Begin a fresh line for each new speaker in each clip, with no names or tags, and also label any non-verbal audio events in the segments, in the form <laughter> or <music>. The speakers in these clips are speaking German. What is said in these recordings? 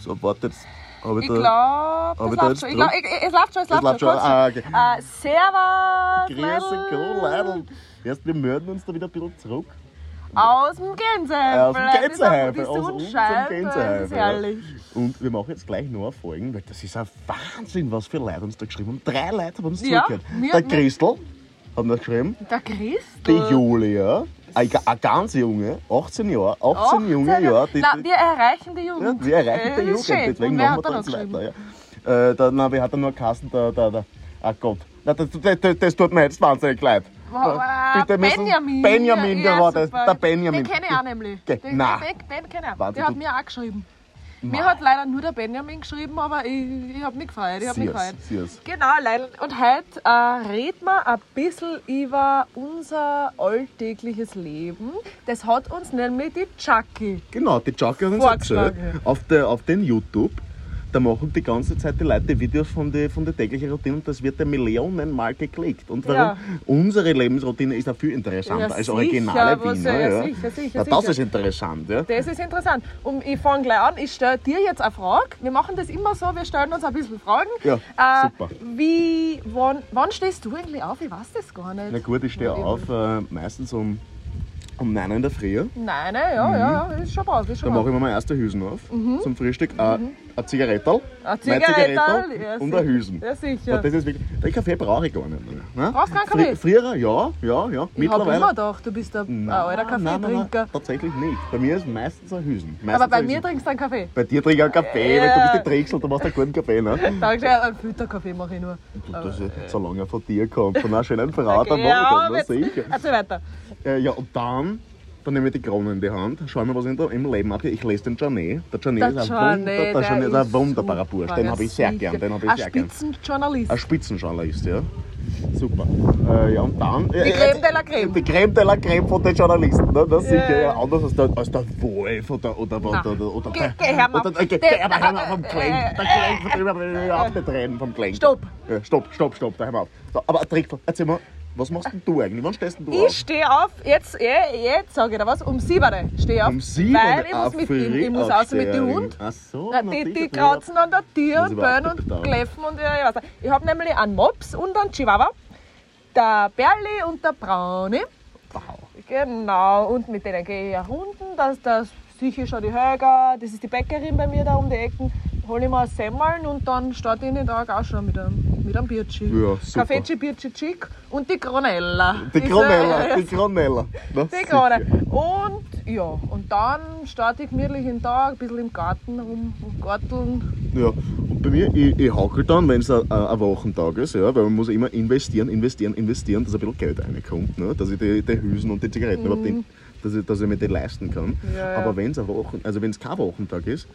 So, warte. Hab
Ich
da-
glaube,
Aber
es
da
läuft
jetzt
schon. Ich glaub,
Druck?
ich, ich, es läuft schon, es
Das
läuft schon.
läuft schon.
kurz.
Ah, okay.
Äh, servus,
Grüße,
Mädel.
Kohl, Erst wir melden uns da wieder ein bisschen zurück.
Aus dem Gänseheim.
Aus dem Gänseheim,
Die
aus unserem
Sonnenscheibe, das
Gänseheim,
ist
ja.
herrlich.
Und wir machen jetzt gleich noch eine Folge, weil das ist ein Wahnsinn, was für Leute uns da geschrieben haben. Drei Leute haben uns
Ja,
zurückgehört.
mir-
Der
mir-
Christel hat mir geschrieben,
Der Christl.
die Julia, ein, ein ganz junge, 18 Jahre, 18,
18
junge, ja, die,
Nein,
die,
Oh, wir erreichen die
ja,
Jugend.
wir erreichen
Äh, Das
die Jugend,
ist schön.
deswegen
Und
machen wir
wer hat da
da
noch
jetzt
geschrieben?
weiter. Ja. Äh, der, nein, wir hatten nur Kassen, der, der, der, ah Gott, Na, das, das, das, das tut mir jetzt wahnsinnig leid.
Wow,
Na,
äh,
müssen-
Benjamin.
Benjamin, der
ja,
war das,
super.
der Benjamin.
Den kenne ich auch nämlich.
Ge-
Den,
Nein.
Den, den kenne ich auch.
Wahnsinn,
Der hat
du-
mir auch geschrieben. Mir hat leider nur der Benjamin geschrieben, aber ich, ich habe mich gefreut. Ich hab mich
Sieh's,
gefreut.
sieh's.
Genau, Leil. Und heute äh, reden wir ein bisschen über unser alltägliches Leben. Das hat uns nämlich die Chucky.
Genau, die Jacke hat uns erzählt,
Vorgeschlagen.
auf, der, auf den YouTube, da machen die ganze Zeit die Leute Videos von der von der täglichen Routine und das wird ja Millionenmal geklickt. Und warum?
Ja.
Unsere Lebensroutine ist ja viel interessanter
Ja,
als
sicher,
originale
was-
Wiener.
ja,
Ja,
sicher, sicher,
Na, das
sicher.
ist interessant, ja.
Das ist interessant. Und ich fange gleich an. Ich stelle dir jetzt eine Frage. Wir machen das immer so, wir stellen uns ein bisschen Fragen.
Ja,
äh,
super.
Wie, wann, wann stehst du eigentlich auf? Ich weiß das gar nicht.
Na gut, ich stehe
Eben.
auf, äh, meistens um, um 9 in der Früh.
Nein, nein, ja, ja, ja, ist schon brav, ist
Mhm. Da
schon
mache
brav.
ich mir meine erste Hüsen auf zum Frühstück. Äh, Ein Zigarettel,
Mhm. Ein
meine
Zigarettel,
Zigarettel
ja,
und
sicher.
ein Hüsen.
Ja,
Ja.
sicher.
Das ist wirklich, den Kaffee brauche ich gar nicht mehr. Ne?
Brauchst du keinen
Fri-
Kaffee?
Früher, ja, ja, ja.
Ich habe
Mittlerweile.
immer gedacht, du bist ein, ein alter
Nein, nein, nein,
Kaffeetrinker.
tatsächlich nicht. Bei mir ist meistens ein Hüsen. Meistens
Aber bei
ein
mir
Hüsen.
trinkst du einen Kaffee.
Bei dir trinke ich einen Kaffee, weil du
Ja.
bist die Tricksel, du machst einen guten Kaffee. Ne?
Danke, einen Filterkaffee mache ich nur.
Du, Das ist, solange er von dir kommt, von einer schönen Frau, dann
äh. ja,
mache ich das, ne? sicher.
Erzähl weiter.
Äh, ja, und dann, dann nehme ich die Krone in die Hand, schau mir, was ich da im Leben habe. Ich lese den Janet. Der Janet ist ein, Wunder, der Janet ist ein wunderbarer Bursch, den habe ich sehr gern. Den habe ich sehr gern.
Ein Spitzenjournalist.
Ein Spitzenjournalist, ja. Super. Äh, ja, und dann. Die
Creme de la Creme.
Die Creme de la Creme von den Journalisten. Ne? Das ist
Ja,
sicher
ja.
ja anders als der, als der Wolf oder. oder,
Na.
oder, oder, oder
Geh- geh her, Mann.
oder- äh, Geh
Der- Äh,
geh her, Mann, hör mal auf vom Klenk. Der Klenk von drüber, wenn wir auf den Tränen vom Klenk.
Stopp.
Ja, stopp, stopp, stopp, da hör mal auf. So, aber ein Trick, erzähl mal, was machst denn du eigentlich? Wann stehst denn du
Ich
auf?
stehe auf, jetzt, ja, jetzt sage ich dir was, um sieben stehe ich auf.
Um sieben
Weil ich
Uhr
muss, mit, ich, ich muss außer mit dem
aufstehen.
Hund.
Ach so,
Na,
na
die,
sicher,
die kratzen an der Tür
Muss
und
überhaupt
bellen
nicht
und
bedauern.
kläffen und ja, ich weiß nicht. Ich habe nämlich einen Mops und einen Chihuahua, der Berli und der Braune.
Wow.
Genau, und mit denen gehe ich ja runden. Das, das sicher schon die Höger, das ist die Bäckerin bei mir da um die Ecken. Hol ich mal Semmeln und dann starte ich den Tag auch schon mit einem, mit einem Birchi.
Ja, super.
Kaffeetschi, Birchi, Chick und die Gronella.
Die
Diese-
Kronella, die Kronella. Na,
die
sicher.
Krone. Und ja, und dann starte ich gemütlich den Tag, ein bisschen im Garten rum, um rumgarteln.
Ja, und bei mir, ich, ich hackel dann, wenn es ein, ein ein Wochentag ist, ja, weil man muss immer investieren, investieren, investieren, dass ein bisschen Geld reinkommt, ne? dass ich die, die Hülsen und die Zigaretten überhaupt in, dass, ich, dass ich mir die leisten kann.
Ja, ja.
Aber wenn es Wochen, also wenn's kein Wochentag ist,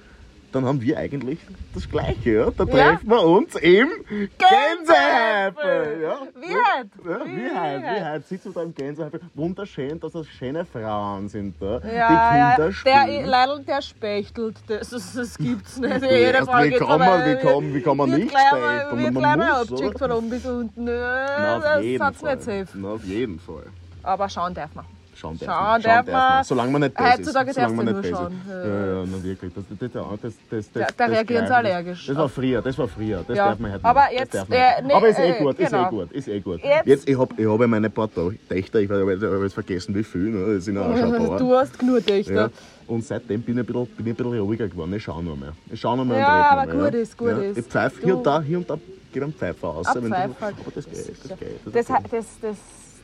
dann haben wir eigentlich das Gleiche. Ja? Da
Ja.
treffen wir uns im Gänsehäppel. Ja?
Wie halt?
Ja, wie halt, wie halt, sitzen wir da im Gänsehäppel. Wunderschön, dass das schöne Frauen sind da.
Ja,
die Kinder
ja, der
spielen.
Leidl, der spechtelt, das, das, das gibt's nicht.
erst wie kann man- wie kann- wie kann man nicht spechteln?
Wir
Man
gleich mal
muss,
abgecheckt
oder?
von oben bis unten. Nö,
Na, auf
das
jeden
hat's
Fall.
nicht safe.
Na, auf jeden Fall.
Aber schauen darf man.
Schauen darf
Schauen
man.
darf
Schauen darf man.
man.
Solange man nicht das
Heutzutage
ist. Solange
darfst
man
du
nicht
nur
das ist.
schauen.
Ja, ja, na wirklich. Das, das, das, das, das, das,
da
das
reagieren sie
Kleine,
allergisch.
Das war früher, das war früher. Das
Ja.
darf man halt
Aber
nicht.
jetzt,
das darf man nicht.
äh, nee,
Aber ist eh
äh,
gut, ist eh
genau.
gut, ist eh gut.
Jetzt-
Jetzt, ich habe ich hab ja meine paar Töchter, ich habe jetzt vergessen, wie viel, ne? das sind ja auch schon ein paar.
<laughs> Du hast genug
Ja.
Töchter.
Und seitdem bin ich, ein bisschen, bin ich ein bisschen ruhiger geworden. Ich schaue noch mal. Ich schaue noch mal
Ja,
und
aber
rede noch mal,
gut ist, gut ist.
Ich pfeife hier und
Du-
da, hier und da, gebe einen Pfeifer raus.
Ein
wenn du-
Pfeifer.
Aber Oh, das geht, das geht. Das
Das,
geht.
he- das, das,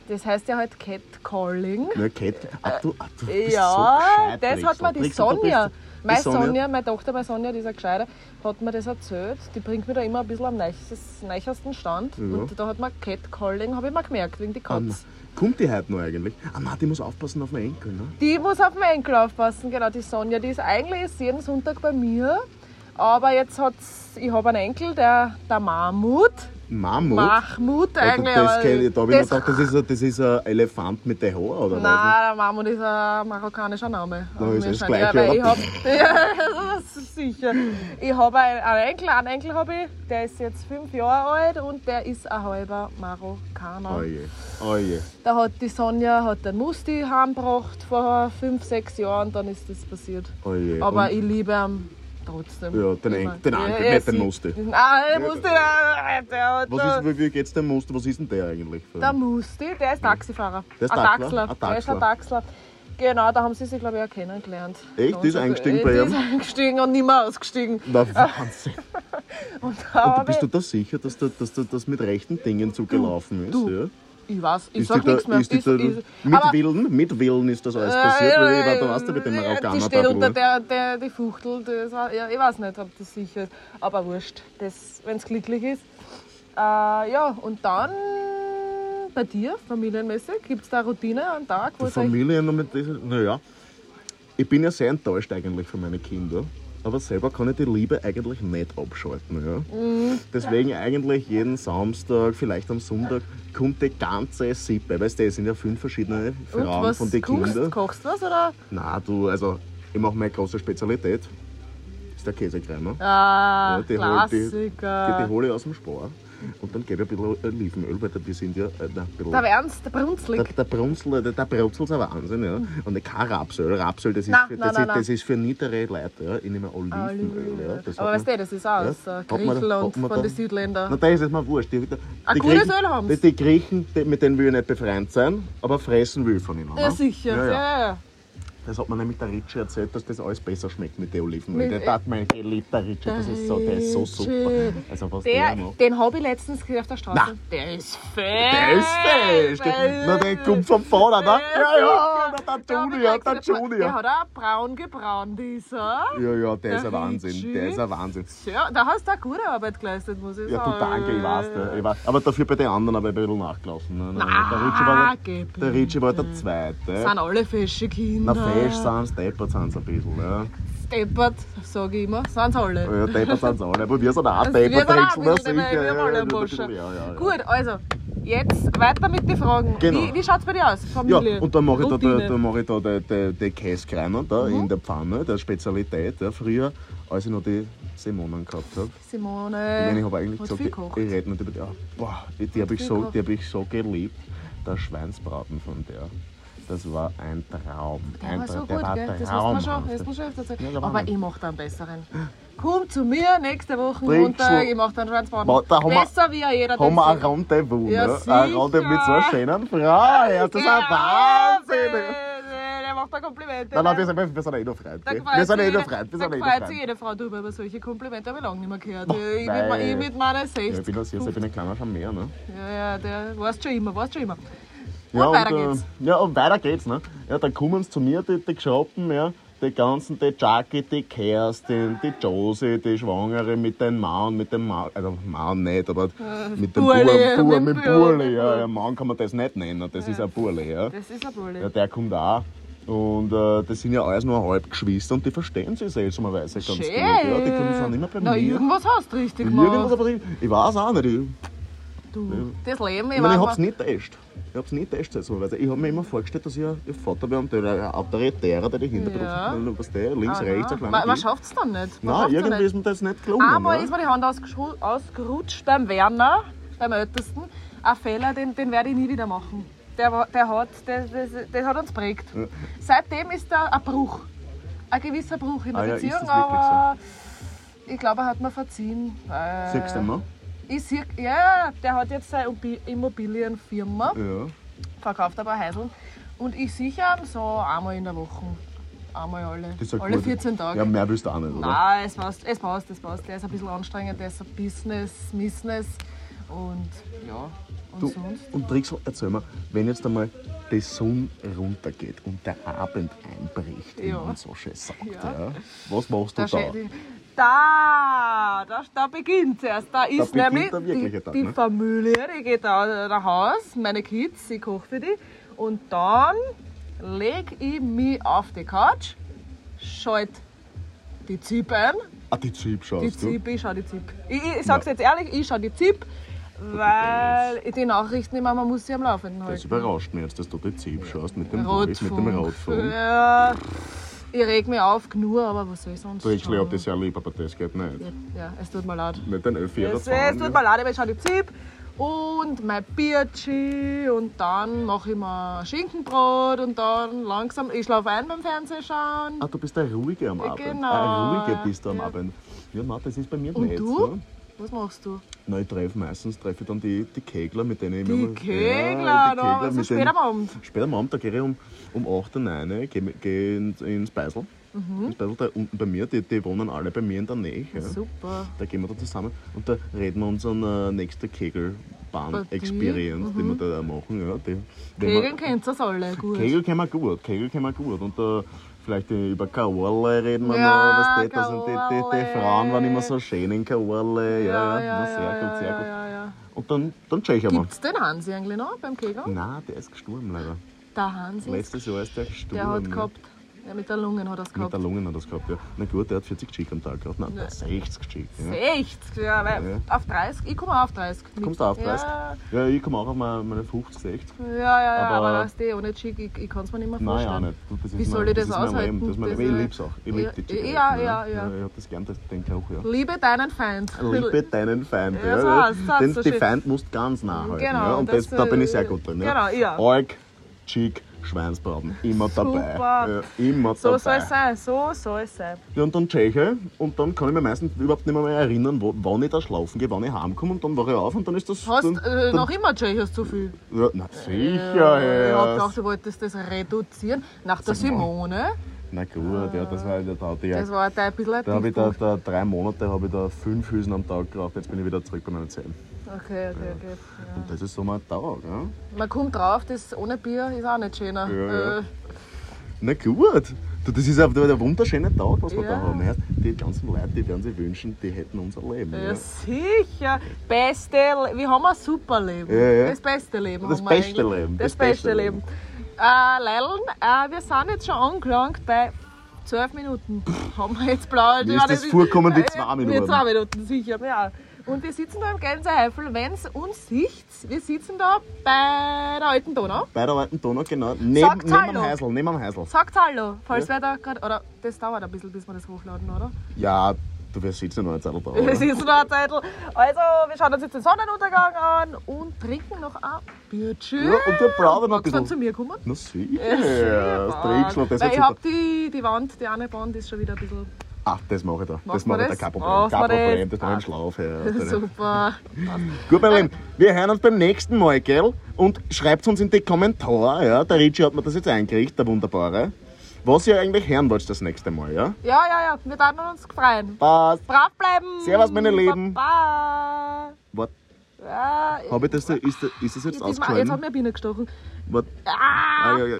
das heißt ja halt Catcalling.
Nur Kette. Ah, du, ah, du bist so
Ja,
gescheit,
das hat
Rixel.
mir die
Rixel, du bist-
Sonja,
die
meine Sonja, meine Tochter, meine Sonja, dieser Gescheite, hat mir das erzählt. Die bringt mir da immer ein bisschen am neiches- neichesten Stand. Und da hat man Catcalling, habe ich mal gemerkt, wegen die
Ah,
Katz.
na, Kommt die heute noch eigentlich? Ah, nein, die muss aufpassen auf den Enkel. Ne?
Die muss auf den Enkel aufpassen, genau, die Sonja, die ist eigentlich ist jeden Sonntag bei mir. Aber jetzt hat's, ich habe einen Enkel, der, der Mahmut.
Mammut?
Mahmut
Ja,
eigentlich.
das
aber
kenn ich, da habe ich mir
das-
gedacht, das ist, ein- das ist ein Elefant mit den Haaren oder
Nein, der Mahmoud ist ein marokkanischer Name.
Na, Also. ist
Mir
das
scheint-
gleich,
ja, weil ich
oder?
hab, <laughs> ja, das ist sicher. Ich habe einen, einen Enkel, einen Enkel habe ich, der ist jetzt fünf Jahre alt und der ist ein halber Marokkaner.
was? Oje, oje.
Da hat die Sonja hat den Musti heimgebracht vor fünf, sechs Jahren, dann ist das passiert.
Oje.
Aber
Und-
ich liebe ihn trotzdem.
Ja, den
Ich
Enk-
mein,
den Ankel, nicht den
sie-
Musti.
Nein, der Musti, der, der, hat-
Was ist, wie, wie geht's dem Muster? Was ist denn der eigentlich? für-
der Musti, der ist Taxifahrer.
Der ist
Ein
Taxler?
Taxler.
Ein
Der ist ein Taxler. Genau, da haben sie sich, glaube ich, auch kennengelernt.
Echt? Die ist
Und-
eingestiegen bei
Die
ihm?
ist eingestiegen und nicht mehr ausgestiegen.
Na, Wahnsinn.
Und
Und
da habe ich-
bist du da sicher, dass das dass, das- das mit rechten Dingen zugelaufen ist?
du.
Ja?
Ich weiß, ich
Ist
sag
die da,
nichts mehr.
Ist die
Ist-
da,
ist-
mit
aber-
Willen, mit Willen ist das alles passiert,
Äh,
weil
äh,
ich war, da warst du mit dem
äh,
Marokkaner.
Die steht
da
unter
drüber.
der, der die Fuchtel, das war, ja, ich weiß nicht, ob das sicher ist. Aber wurscht, wenn es glücklich ist. Äh, ja, und dann bei dir, familienmäßig, gibt es da Routine am Tag?
Die
es euch-
Familie noch mit dieser. Naja, ich bin ja sehr enttäuscht eigentlich von meinen Kindern. Aber selber kann ich die Liebe eigentlich nicht abschalten. Ja?
Mhm.
Deswegen eigentlich jeden Samstag, vielleicht am Sonntag, kommt die ganze Sippe. Weißt du, es sind ja fünf verschiedene
und
Frauen
was
von den
kochst,
Kindern.
kochst du was? Oder?
Na du, also ich mache meine große Spezialität. Ist der Käsekreimer. Ja, die
Ah,
holt die- Die,
Klassiker.
die hole ich aus dem Spar. Und dann gebe ich ein bisschen Olivenöl, weil wir sind ja äh, nein, ein bisschen
der Ernst, der
der,
Brunzlig.
der Brunzel, der, der Brunzel ist ein Wahnsinn, ja.
Mhm.
Und kein Rapsöl. Rapsöl, das ist,
Nein,
für,
nein,
das
nein,
ist,
nein.
das ist für niedere Leute, ja. Ich nehme Olivenöl, ja.
Olivenöl.
Das
Aber
hat
weißt
man-
du, das ist auch aus
Ja,
äh,
hat man da- hat
Griechenland,
man
von
da-
den
Na,
Südländern. Ah,
da ist es mir wurscht. Die, die, die
gutes
Griechen-
Öl haben's.
die, die Griechen, die, mit denen will ich nicht befreundet sein, aber fressen will ich von ihnen.
Ja,
ne?
sicher.
Ja, ja.
Ja, ja.
Das hat mir nämlich der Ricci erzählt, dass das alles besser schmeckt mit den Olivenöl.
Mit-
Der hat mein geliebter Ricci, das ist so, der ist so super.
Ricci.
Also was
Der,
der
Äh,
macht.
den habe ich letztens gesehen auf der Straße.
Na.
Der ist
Der
fett.
ist fest! Na, der kommt vom Vater, ne? Ja, ja, na, der
Ja, aber
Junior,
ich hab
der
gesagt, Der
Junior.
hat auch braun gebraunt, dieser.
Ja, ja, der ist
Der
ein Wahnsinn,
Ricci.
der ist ein Wahnsinn.
Ja, da hast du auch gute Arbeit geleistet, muss ich
Ja,
sagen.
du, danke, ich weiß, der, ich weiß. Aber dafür bei den anderen habe ich ein bisschen nachgelaufen. ne? der Ricci war
gib
der, der, Ricci war der Zweite.
Sind alle fesche Kinder.
Na, fesch sind sie, deppert sind sie ein bisschen, ja.
Steppert, sage ich immer, sind sie alle.
Ja, deppert sind sie alle, aber wir sind auch
Also, wir
deppert,
waren auch
Häcksel,
ein
na
bisschen dabei,
sicher.
wir
ja,
waren
ja,
ein Bursche.
ja, ja, ja.
Gut, also, jetzt weiter mit den Fragen.
Genau.
Wie, wie schaut es bei dir aus?
Ja,
Familie?
und dann mache ich da, da,
Routine? Mhm.
da, mach ich da die, die, die Käsekreiner da in der Pfanne, der Spezialität. Ja, früher, als ich noch die Simonen gehabt habe. Nein, ich
Simone.
habe eigentlich
Äh, Hat
gesagt,
viel
ich,
gekocht.
ich rede nicht über die. Ah, boah, die habe ich,
viel
so,
gekocht.
die hab ich so geliebt. Der Schweinsbraten von der. Das war ein Traum.
Der
ein
war so
Traum,
gut, gell? Das muss man schon, das muss man schon öfter
Ja,
sagen.
da war
Aber
man.
ich mache da
<laughs>
einen besseren. Komm zu mir nächste Woche
Bring's
Montag,
so.
ich mache dann
Ma, da
Schweinsbraten.
haben wir-
Besser wie jeder,
haben wir ein
sagt,
Rendezvous,
Ja,
ne? Ein
sicher.
Rendezvous mit so einer schönen Frau. Ja, das ist ein
"Ja,
Wahnsinn.
Wahnsinn, Der macht da Komplimente.
Nein, nein, wir
ne?
sind, wir wir sind eh noch Freunde.
Da
gell?
freut
Wir sind
sich
eh
jede-
noch Freunde. Wir
da
sind eh noch
freut sich
Freunde.
jede Frau drüber, aber solche Komplimente habe ich lange nicht mehr gehört. ich,
nein.
mit, ich mit meiner
Ja,
60.
ich bin, das, ich bin ein kleiner Charmeur, ne?
Ja, ja, der weiß schon immer, weiß schon immer. Und
Ja,
weiter
äh,
geht's.
Ja, und weiter geht's. Ne? Ja, dann kommen sie zu mir, die, die Geschoppen, ja, die ganzen, die Jackie, die Kerstin, die Josie, die Schwangere mit dem Mann, mit dem Mann, also Mann nicht, aber mit dem
Äh, Burli,
Burli, Bur,
mit
mit dem
dem Burli.
Burli. Ja, ja, Mann kann man das nicht nennen, das ist ein Burli. Ja.
Das ist ein Problem.
Ja, der kommt auch. Und äh, das sind ja alles nur Halbgeschwister und die verstehen sich seltsamerweise ganz gut. Ja, genau. die kommen sind immer bei
Na,
mir.
irgendwas hast du richtig
Irgendwas,
gemacht.
aber ich, ich weiß auch nicht. Ich,
Du, das Leben, ich,
Ich meine, ich
weiß
hab's nicht getäuscht. Ich hab's nicht getäuscht, seltsamerweise. Ich hab mir immer vorgestellt, dass ich ein ein Vater wäre und der ein Autoritärer, der die Hintergrund
Ja.
was der, links, rechts, ein kleiner
man, man
Kind.
schafft es dann nicht.
Nein,
Man schafft's dann
irgendwie
nicht.
ist mir das nicht gelungen.
Einmal
ne?
ist mir die Hand ausgeschru- ausgerutscht beim Werner, beim Ältesten. Ein Fehler, den, den werde ich nie wieder machen. Der, war- der hat, der, das, das hat uns prägt. Seitdem ist da ein Bruch. Ein gewisser Bruch in der
Ah ja, ist
Beziehung,
das wirklich
aber ich glaube, er hat mir verziehen. Äh,
Siehst du mal?
Ich sehe, ja, der hat jetzt seine Immobi- Immobilienfirma,
Ja.
verkauft aber Heiseln. Und ich sicher ihn so einmal in der Woche. Einmal alle.
Das ist ja
Alle
gut.
14 Tage.
Ja, mehr willst du auch nicht, oder?
Nein, es passt, es passt, es passt. Der ist ein bisschen anstrengend, der ist ein Business, Business und ja, und
Du,
sonst.
und Trixel, erzähl mir, wenn jetzt einmal die Sonne runtergeht und der Abend einbricht, wie
Ja.
man so schön sagt,
Ja.
ja. was machst du
Da,
da?
steht- da, da, da beginnt es. Da ist
beginnt
nämlich
der wirkliche Tag,
die, die
ne?
Familie, die geht da nach Haus, meine Kids, ich koche für die. Und dann lege ich mich auf die Couch, schalte die Zip ein.
Ah, die Jeep
Die
schaust du?
Zip, ich schaue die Zip. Ich, ich, ich sag's jetzt ehrlich, ich schaue die Zip, weil ich die Nachrichten immer, man muss sie am Laufenden halten.
Das überrascht mich jetzt, dass du die Jeep schaust mit dem Wolf, mit
Rotfunk.
dem Rotfunk.
Ja, Ich reg mich auf, nur, aber was soll ich sonst?
Du, ich glaube,
schauen?
das ist ja lieb, aber das geht nicht.
Ja, es tut mir leid.
Nicht ein Öffi oder
Es,
so.
es tut mir leid, aber ich schaue die Zip und mein Biertschi und dann mache ich mir Schinkenbrot und dann langsam, ich schlafe ein beim Fernsehen schauen.
Ah, du bist der Ruhige am Abend.
genau,
Ah, Ruhige bist du am
ja.
Abend. Ja, Martha, das ist bei mir
Und
nicht
du?
so.
Was machst du?
Nein, ich treffe meistens treffe ich dann die, die Kegler, mit denen ich
Die
immer-
Kegler,
Ja, die
na,
Kegler
was
mit
ist spät
denen-
am Abend?
Spät am Abend, da gehe ich um, um 8 Uhr rein, gehe geh ins, ins Beisel. Ins Beisel da unten bei mir, die, die wohnen alle bei mir in der Nähe. Ja.
Super.
Da gehen wir da zusammen und da reden wir uns an äh, nächste
Partie.
Kegelbahn-Experience, die wir da, da machen. Ja, die, wenn wir-
Kegeln kennt ihr alle gut.
Kegel kennen wir gut, Kegel kennen wir gut. Und äh, vielleicht äh, über Kaorle reden wir
Ja,
noch, was das sind. Die, die, die
Kaorle.
Frauen waren immer so schön in Kaorle. Ja, ja, na, sehr gut, sehr
ja,
gut.
ja, ja.
Und dann, dann checken wir.
Gibt es den Hansi eigentlich noch beim Kegeln?
Nein, der ist gestorben leider.
Der Hansi,
Letztes Jahr ist der gestorben.
der hat
ne?
gehabt, ja, mit der Lungen hat er es
Mit
gehabt.
der Lunge hat das gehabt, ja. Na gut, der hat 40 Chick am Tag gehabt. Nein, der
Ja.
hat 60 Chick. Ja.
60, ja, weil auf 30, ich komme auf 30. mit.
Kommst du auf 30?
Ja,
Ja, ich komme auch auf meine, meine 50, 60.
ja, ja, ja
Aber-
aber, weißt du, ohne Chick, ich, ich kann es mir nicht mehr
Nein,
vorstellen.
auch nicht. Du, Das ist
Wie soll
mein,
ich das
ist mein Leben.
aushalten?
Das ist mein
Das
Leben. Ich
ist-
lieb's auch. Ich liebe
Ja,
die Chick.
ja, ja, ja.
Ich hab das gern, das denke ich auch, ja.
Liebe deinen Feind.
Liebe deinen Feind.
Also, Ja, so heißt's, so
Den,
heißt's so
die
schön.
Feind musst ganz nah halten.
Genau,
ja. Und das,
das,
da bin
äh,
ich sehr gut drin. Ja.
genau, ja.
Org, Chick, Schweinsbraten. Immer dabei.
Super.
Ja, immer
So
dabei.
soll es sein, so soll es sein.
Ja, und dann Tscheche und dann kann ich mir meistens überhaupt nicht mehr, mehr erinnern, wo, wann ich da schlafen gehe, wann ich heimkomme und dann war ich auf und dann ist das.
Hast
dann,
äh,
dann,
noch immer Tschechers zu viel?
ja, na sicher,
ich hab
ja.
gedacht, du wolltest das reduzieren. Nach der Simone,
Na gut, ja, das war ja da, die,
das war da ein bisschen ein
da habe ich da,
Tiefpunkt.
da drei Monate habe ich da fünf Hüsen am Tag geraucht, jetzt bin ich wieder zurück bei meinen Zähnen.
Okay, okay, okay. Ja.
Und das ist so mein Tag, ja.
Man kommt drauf, das ohne Bier ist auch nicht schöner.
Ja, ja.
Äh,
Na gut. Du, das ist ein, ein wunderschöner Tag, was wir da
Ja.
haben. Heißt, Die ganzen Leute, die werden sich wünschen, die hätten unser Leben.
Ja,
Ja.
sicher. Beste Le wir haben ein super Leben.
Ja, ja.
Das beste Leben.
Das
haben wir
beste
eigentlich.
Leben,
Das, beste Leben. Äh, Leiln, äh, wir sind jetzt schon angelangt bei 12 Minuten. haben wir jetzt blau.
Mir ist das vorgekommen wie zwei Minuten.
Äh, Wie zwei Minuten, sicher. Ja. Und wir sitzen da im Gänseheifel, wenn es uns sieht, wir sitzen da bei der alten Donau.
Bei der alten Donau, genau. Neben,
Sagt
neben am
Hallo.
Heisel, neben am Heisel.
Sagt Hallo, falls wer da gerade. Oder das dauert ein bisschen, bis wir das hochladen, oder?
Ja, du wirst sitzen noch eine Zeit lang da.
Es
oder?
ist noch ein Zettel. Also, wir schauen uns jetzt den Sonnenuntergang an und trinken noch ein Bierchen.
Ja, und wir plaudern ein
Magst du dann zu
bisschen.
mir kommen?
Na sicher, das Trinkschlag, das
Weil
wird
ich
sicher.
hab die, die Wand, die eine Wand ist schon wieder ein bisschen
Ach, Ah, das mache ich da. Das
Machen
mache
wir
ich da,
das?
kein Problem.
Machen
Kein
wir das? Ah.
Problem, das mache ich im Schlaf.
<laughs>
Ja.
super.
Gut, mein Lieben, wir hören uns beim nächsten Mal, gell? Und schreibt uns in die Kommentare, ja? Der Richie hat mir das jetzt eingerichtet, der Wunderbare. Was ihr eigentlich hören wollt das nächste Mal, ja?
Ja, ja, ja, wir werden uns freuen.
Passt.
Brav bleiben!
Servus, meine Lieben.
Baba.
Warte,
Ja,
hab ich das, ist, das- ist das jetzt
jetzt, ist mir- jetzt hat
ausgefallen?
mir eine Biene gestochen.
Warte,
Ah!
ah, ja, ja.